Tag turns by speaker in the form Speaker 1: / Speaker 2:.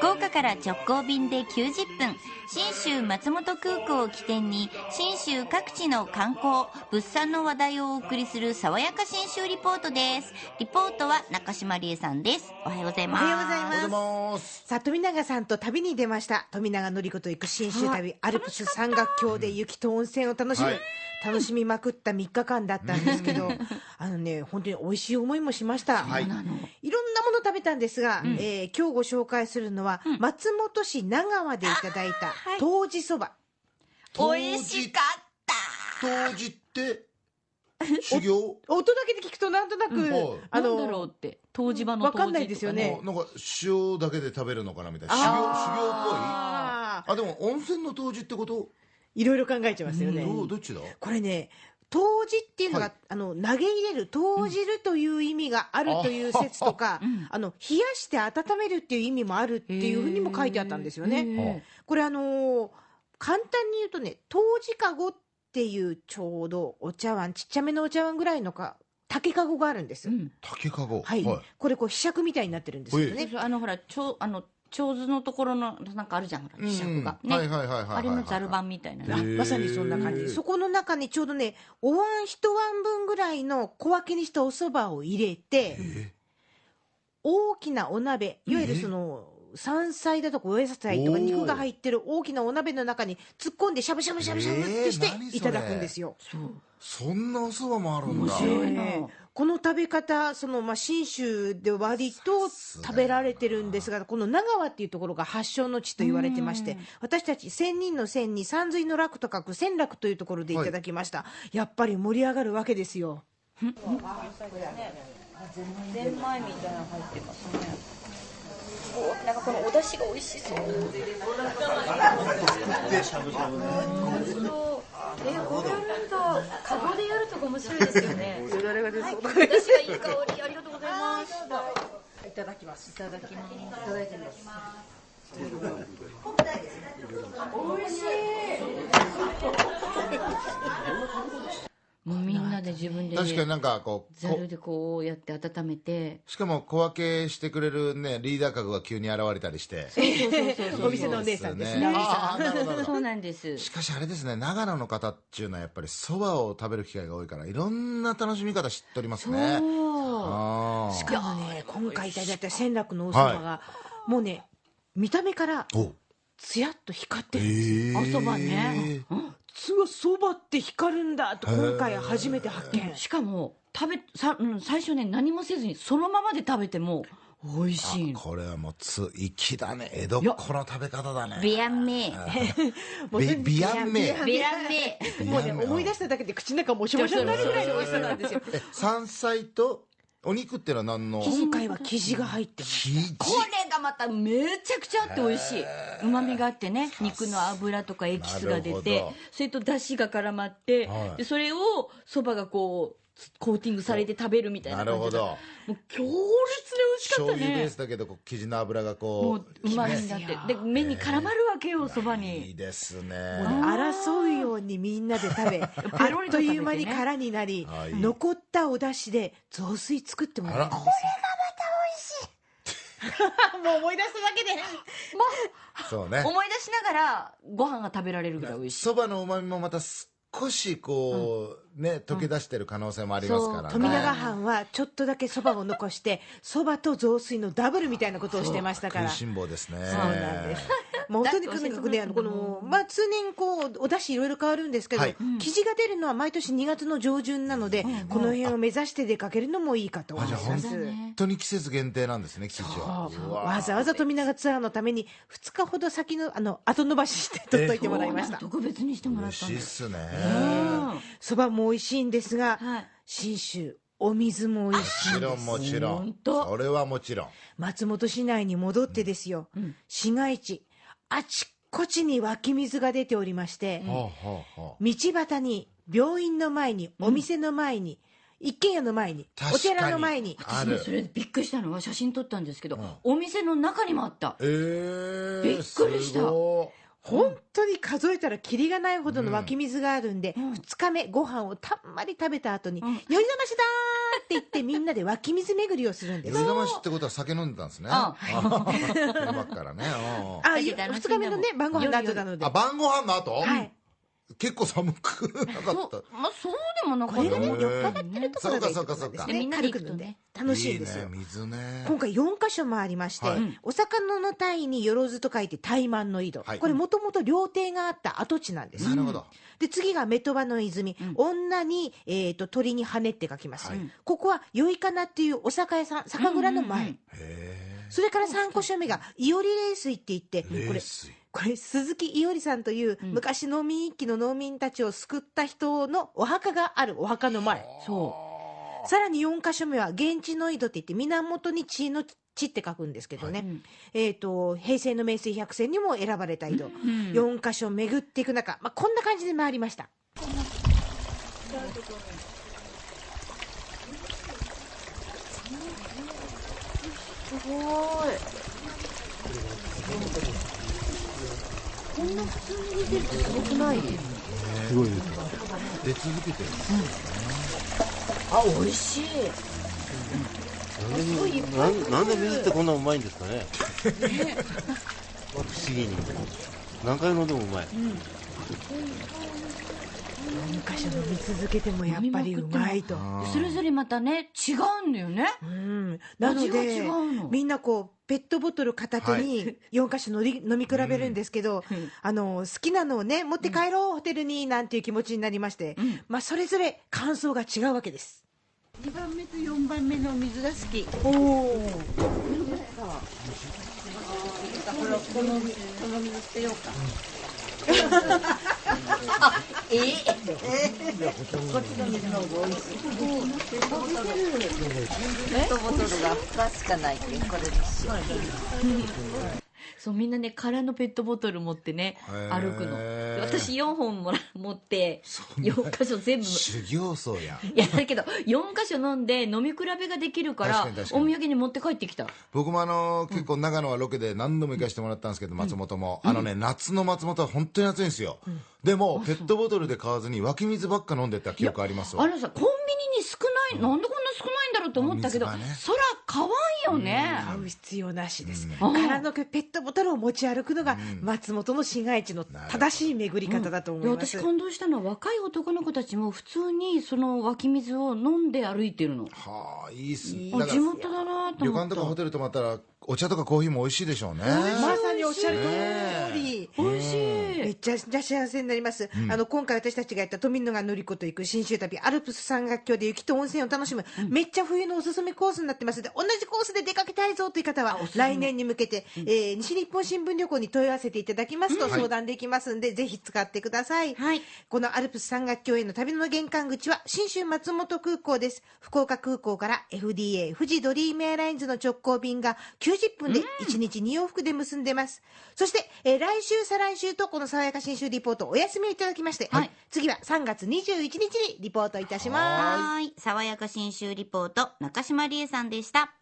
Speaker 1: 福岡から直行便で90分信州松本空港を起点に信州各地の観光物産の話題をお送りする爽やか信州リポートですリポートは中島理恵さんですおはようござい
Speaker 2: お
Speaker 1: ます
Speaker 2: はようござい
Speaker 3: お
Speaker 2: ま
Speaker 3: はよ
Speaker 2: す
Speaker 3: うございます。
Speaker 2: さあ富永さんと旅に出ました富永のり子と行く信州旅アルプス山岳橋で雪と温泉を楽しむ、
Speaker 3: はい
Speaker 2: 楽しみまくった3日間だったんですけ どあのね本当に美味しい思いもしました、、
Speaker 3: はいい
Speaker 1: そうなの
Speaker 2: ろんなもの食べたんですが、
Speaker 1: うん
Speaker 2: えー今日ご紹介するのは、
Speaker 1: うん
Speaker 2: 松本市長和でいただいた
Speaker 1: はい
Speaker 2: 当時そば
Speaker 3: 当時
Speaker 1: 美味しかった
Speaker 3: 当時って、修行
Speaker 2: 音だけで聞くとなんとなく、
Speaker 3: うんはい
Speaker 2: あ
Speaker 4: なんだろうって湯治場の
Speaker 2: わかんないですよね
Speaker 3: なんか塩だけで食べるのかなみたいな。修行、修行っぽい
Speaker 2: あ
Speaker 3: あ、でも温泉の当時ってこと
Speaker 2: いろいろ考えちゃいますよね、
Speaker 3: どうどっちだ
Speaker 2: これね投じっていうのが、
Speaker 3: はい
Speaker 2: あの投げ入れる投じるという意味があるという説とか、
Speaker 1: うん
Speaker 2: あの冷やして温めるっていう意味もあるっていうふうにも書いてあったんですよね。
Speaker 3: ね
Speaker 2: これあのー簡単に言うとね投じかごっていうちょうどお茶碗ちっちゃめのお茶碗ぐらいのか竹かごがあるんです。
Speaker 4: うん
Speaker 3: 竹かご。
Speaker 2: はい、これこうひしゃくみたいになってるんですけど
Speaker 3: ほ
Speaker 2: ね
Speaker 4: そう。そうあのほらちょうあの長図のところのなんかあるじゃんほら
Speaker 3: うん
Speaker 4: 磁石が、ね
Speaker 3: はいはいはいはいはいはい。
Speaker 4: あれのざる版みたいな
Speaker 3: へ
Speaker 2: あ
Speaker 4: ね
Speaker 3: ー
Speaker 2: まさにそんな感じ
Speaker 3: へー
Speaker 2: そこの中にちょうどねお椀一椀分ぐらいの小分けにしたお蕎麦を入れて
Speaker 3: え
Speaker 2: 大きなお鍋いわゆる
Speaker 3: え
Speaker 2: その山菜だとかお野菜とか
Speaker 3: おー
Speaker 2: 肉が入ってる大きなお鍋の中に突っ込んでしゃぶしゃぶしゃぶしゃぶってして
Speaker 3: えー何それ
Speaker 2: いただくんですよ。
Speaker 4: そう
Speaker 3: そんなお蕎麦もあるんだ。
Speaker 4: 面白いな
Speaker 2: えーこの食べ方そのまあ信州で割と食べられてるんですがこの長和っていうところが発祥の地と言われてまして私たち千人の千に山水の楽と書く千楽というところでいただきました、やっぱり盛り上がるわけですよ。
Speaker 5: ゼンマイみたいなの入ってますね。おなんかこのお出汁が美味しそう。美味しそうえこれなんだ。カゴでやるとか面白いですよね。よだれが出そう。お出汁がいい香り。ありがとうございます。いただきます。いただきます。いただいてみます。
Speaker 4: もうみんなで自分で、
Speaker 3: 確かに
Speaker 4: ね、
Speaker 3: なんかこう、
Speaker 4: ざるでこうやって温めて
Speaker 3: しかも小分けしてくれるね、リーダー格が急に現れたりして。
Speaker 2: お店のお姉さんですね。
Speaker 3: ああ、なるほどなるほ
Speaker 4: そ
Speaker 3: ど。
Speaker 4: うなんです
Speaker 3: しかしあれですね、長野の方っていうのはやっぱり蕎麦を食べる機会が多いから、いろんな楽しみ方知っておりますね。ああ
Speaker 2: しかもね今回いただいた仙楽のお蕎麦が、もうね見た目から
Speaker 3: お
Speaker 2: つやっと光って
Speaker 3: え
Speaker 2: るんです
Speaker 3: ー
Speaker 4: お蕎麦ね
Speaker 2: つわそばって光るんだと
Speaker 3: へー
Speaker 2: 今回初めて発見
Speaker 4: しかも食べさ、うん、最初ね何もせずにそのままで食べても美味しい
Speaker 3: あ
Speaker 4: の
Speaker 3: これはもうつ、粋だね。江戸っ子の食べ方だね。
Speaker 1: ビアンメイ
Speaker 2: もう
Speaker 3: ビ
Speaker 2: 全部
Speaker 3: ビアンメイ
Speaker 1: ビアンメイ
Speaker 2: もうね思い出
Speaker 3: し
Speaker 2: しただけで口の中もしょもしょになるぐらいの美味しさなんですよ
Speaker 3: え、山菜とお肉ってのは何の
Speaker 2: 今回は生地が入ってます
Speaker 3: 生地
Speaker 4: これがまためちゃくちゃあって美味しいうまみがあってね肉の脂とかエキスが出
Speaker 3: なる
Speaker 4: て
Speaker 3: ほど
Speaker 4: それと出汁が絡まって、
Speaker 3: はい
Speaker 4: でそれをそばがこうコーティングされて食べるみたい
Speaker 3: な
Speaker 4: な
Speaker 3: る
Speaker 4: 感
Speaker 3: ほ
Speaker 4: じが
Speaker 3: ど。
Speaker 4: もう強烈に美
Speaker 3: 醤
Speaker 4: 味しかった
Speaker 3: 油ベー
Speaker 4: ね
Speaker 3: スだけど、こう生地の油が
Speaker 4: も
Speaker 3: こ
Speaker 4: う
Speaker 3: う、
Speaker 4: うまみになってで目に絡まるわけよそば
Speaker 3: いい
Speaker 4: に
Speaker 3: ですね。
Speaker 2: 争うようにみんなで食 べあっという間に空になり
Speaker 3: はい
Speaker 2: 残ったお出汁で雑炊作ってもらったんですよもう思い出しただけで
Speaker 3: そうね。
Speaker 4: 思い出しながらご飯が食べられるぐらい美味しい
Speaker 3: そばの旨味もまた少しこう、ね、溶け出してる可能性もありますからね。
Speaker 2: 富永藩はちょっとだけそばを残してそばと雑炊のダブルみたいなことをしてましたから
Speaker 3: 食いしん坊ですね。
Speaker 2: そうなんです。もう本当にとにかくね、あのこの、まあ、通年こう、お出汁いろいろ変わるんですけど、
Speaker 3: はい
Speaker 2: 生地が出るのは毎年2月の上旬なので、この辺を目指して出かけるのもいいかと思い
Speaker 3: あじゃ
Speaker 2: ま
Speaker 3: あ本
Speaker 2: す。
Speaker 3: 当に季節限定なんですね、生地は。うわ
Speaker 2: わざわざ富永ツアーのために2日ほど先のあの後延ばしして取っといてもらいました
Speaker 4: 特別にしてもらっ
Speaker 3: 嬉
Speaker 4: た
Speaker 3: し
Speaker 4: ん
Speaker 3: いっ
Speaker 4: です
Speaker 3: すね。
Speaker 2: そばも美味しいんですが、
Speaker 4: はい
Speaker 2: 信州お水も美味しいん
Speaker 3: もち
Speaker 2: で
Speaker 3: ろ
Speaker 2: す
Speaker 3: ん、もちろ
Speaker 4: 本
Speaker 3: ん。
Speaker 4: 当
Speaker 3: それはもちろん。
Speaker 2: 松本市内に戻ってですよ、
Speaker 4: ん
Speaker 2: 市街地あちこちに湧き水が出ておりまして、
Speaker 3: はあはあはあ
Speaker 2: 道端に病院の前にお店の前に、一軒家の前に
Speaker 3: 確かに
Speaker 2: お寺の前に
Speaker 3: あ
Speaker 4: 私ね
Speaker 3: る
Speaker 4: そ。れでびっくりしたのは写真撮ったんですけど、お店の中にもあった
Speaker 3: えー、
Speaker 4: びっくりした
Speaker 3: すご
Speaker 2: 本当に数えたらキリがないほどの湧き水があるんで、2日目ご飯をたんまり食べた後に、酔い覚ましだーって言ってみんなで湧き水巡りをするんで
Speaker 3: 酔い
Speaker 2: す。
Speaker 3: 覚ましってことは酒飲んでたんですね。
Speaker 4: ん
Speaker 3: あ昼間っからね。うん
Speaker 2: あ、
Speaker 4: だけど
Speaker 2: 2日目のね、晩ご飯の後なので
Speaker 3: あ、。晩ご飯の後、
Speaker 2: はい。
Speaker 3: 結構寒くなかった。
Speaker 4: そまあ、そうでもなか
Speaker 2: こ
Speaker 4: っ
Speaker 2: れ
Speaker 4: た
Speaker 2: がね、
Speaker 3: へ
Speaker 2: 酔
Speaker 3: ー
Speaker 2: っ払ってるところがいいところなんです
Speaker 4: そうかそうかそうかでみ
Speaker 2: ね。
Speaker 4: んなで行
Speaker 2: 軽く
Speaker 4: く
Speaker 2: 飲
Speaker 4: と
Speaker 2: ん
Speaker 4: ね
Speaker 2: で。楽しいんです
Speaker 3: い
Speaker 2: よ
Speaker 3: ね、。水ね。
Speaker 2: 今回4箇所もありまして、
Speaker 3: はい
Speaker 2: お魚の鯛によろずと書いて鯛満の井戸、
Speaker 3: はい
Speaker 2: これもともと料亭があった跡地なんです、
Speaker 3: なるほど。
Speaker 2: で次がメトバの泉、女に、えー、と鳥に羽って書きます、
Speaker 3: はい
Speaker 2: ここはよいかなっていうお酒屋さん酒蔵の前、
Speaker 3: へ
Speaker 2: それから3箇所目がいおり冷水って言って
Speaker 3: え。
Speaker 2: こ
Speaker 3: 冷
Speaker 2: れ
Speaker 3: 水。
Speaker 2: これ鈴木いおりさんという、昔農民一揆の農民たちを救った人のお墓があるお墓の前そうさらに4箇所目は現地の井戸って言って源に血の血って書くんですけどね、えー、と平成の名水百選にも選ばれた井戸、4箇所巡っていく中、まあ、こんな感じで回りました
Speaker 6: すごいですよ
Speaker 3: 出続けてる。
Speaker 5: あ、美味しい。
Speaker 6: なんでなんで水ってこんなうまいんですかね不思議に何回飲んでもうまい、
Speaker 2: 4箇所飲み続けてもやっぱりうまいと。
Speaker 4: それぞれまたね違うんだよね
Speaker 2: うん、なの
Speaker 4: 味が
Speaker 2: で
Speaker 4: 違うの
Speaker 2: みんなこうペットボトル片手に4箇所のり飲み比べるんですけど、あの好きなのをね持って帰ろう、ホテルになんていう気持ちになりまして、まあ、それぞれ感想が違うわけです。
Speaker 7: 2番目と4番目の水が好き
Speaker 2: おー
Speaker 7: これはこの水この水捨てようかええこっちの水の方が美味しいペットボトルペットボトルがふかつかないっていうこれでしょ
Speaker 4: そうみんなね空のペットボトル持ってね
Speaker 3: へー
Speaker 4: 歩くので私4本もら持って4箇所全部
Speaker 3: 修行僧や。
Speaker 4: いやだけど4箇所飲んで飲み比べができるから
Speaker 3: 確かに確か
Speaker 4: お
Speaker 3: に
Speaker 4: 土産に持って帰ってきた
Speaker 3: 僕もあの結構長野はロケで何度も行かせてもらったんですけど、松本も、あのね夏の松本は本当に暑いんですよ、でもペットボトルで買わずに湧き水ばっか飲んでた記憶あります
Speaker 4: あ
Speaker 3: わ
Speaker 4: のさコンビニに少ない、なんでこんな少ないんだろうと思ったけど、
Speaker 3: お水がね
Speaker 4: そら買わんよね、
Speaker 2: 買う必要なしです、
Speaker 4: ん
Speaker 2: 空のペットボトルを持ち歩くのが松本の市街地の正しい巡り方だと思
Speaker 4: いや
Speaker 2: いま
Speaker 4: 私
Speaker 2: す、
Speaker 4: 感動したのは若い男の子たちも普通にその湧き水を飲んで歩いてるの
Speaker 3: はあいいっす
Speaker 4: あ地元だなと
Speaker 3: 旅
Speaker 4: 思っ
Speaker 3: 館
Speaker 4: た
Speaker 3: とかホテル泊まったらお茶とかコーヒーも美味しいでしょうね
Speaker 2: まさにおっしゃる通り、
Speaker 4: 美味しい
Speaker 2: めっちゃじゃ幸せになります、あの今回私たちがやった富野がのりこと行く新州旅アルプス山岳橋で雪と温泉を楽しむ、めっちゃ冬のおすすめコースになってますので同じコースで出かけたいぞという方は来年に向けて、えー西日本新聞旅行に問い合わせていただきますと相談できますんで、ぜひ使ってください、
Speaker 4: はい
Speaker 2: このアルプス山岳橋への旅の玄関口は新州松本空港です福岡空港から FDA 富士ドリームエアラインズの直行便が90分で1日2往復で結んでます、そして、えー来週再来週とこの爽やか新州リポートお休みをいただきまして、
Speaker 4: はい
Speaker 2: 次は3月21日にリポートいたし
Speaker 1: は
Speaker 2: ます
Speaker 1: ーい。爽やか新州リポート、中島理恵さんでした。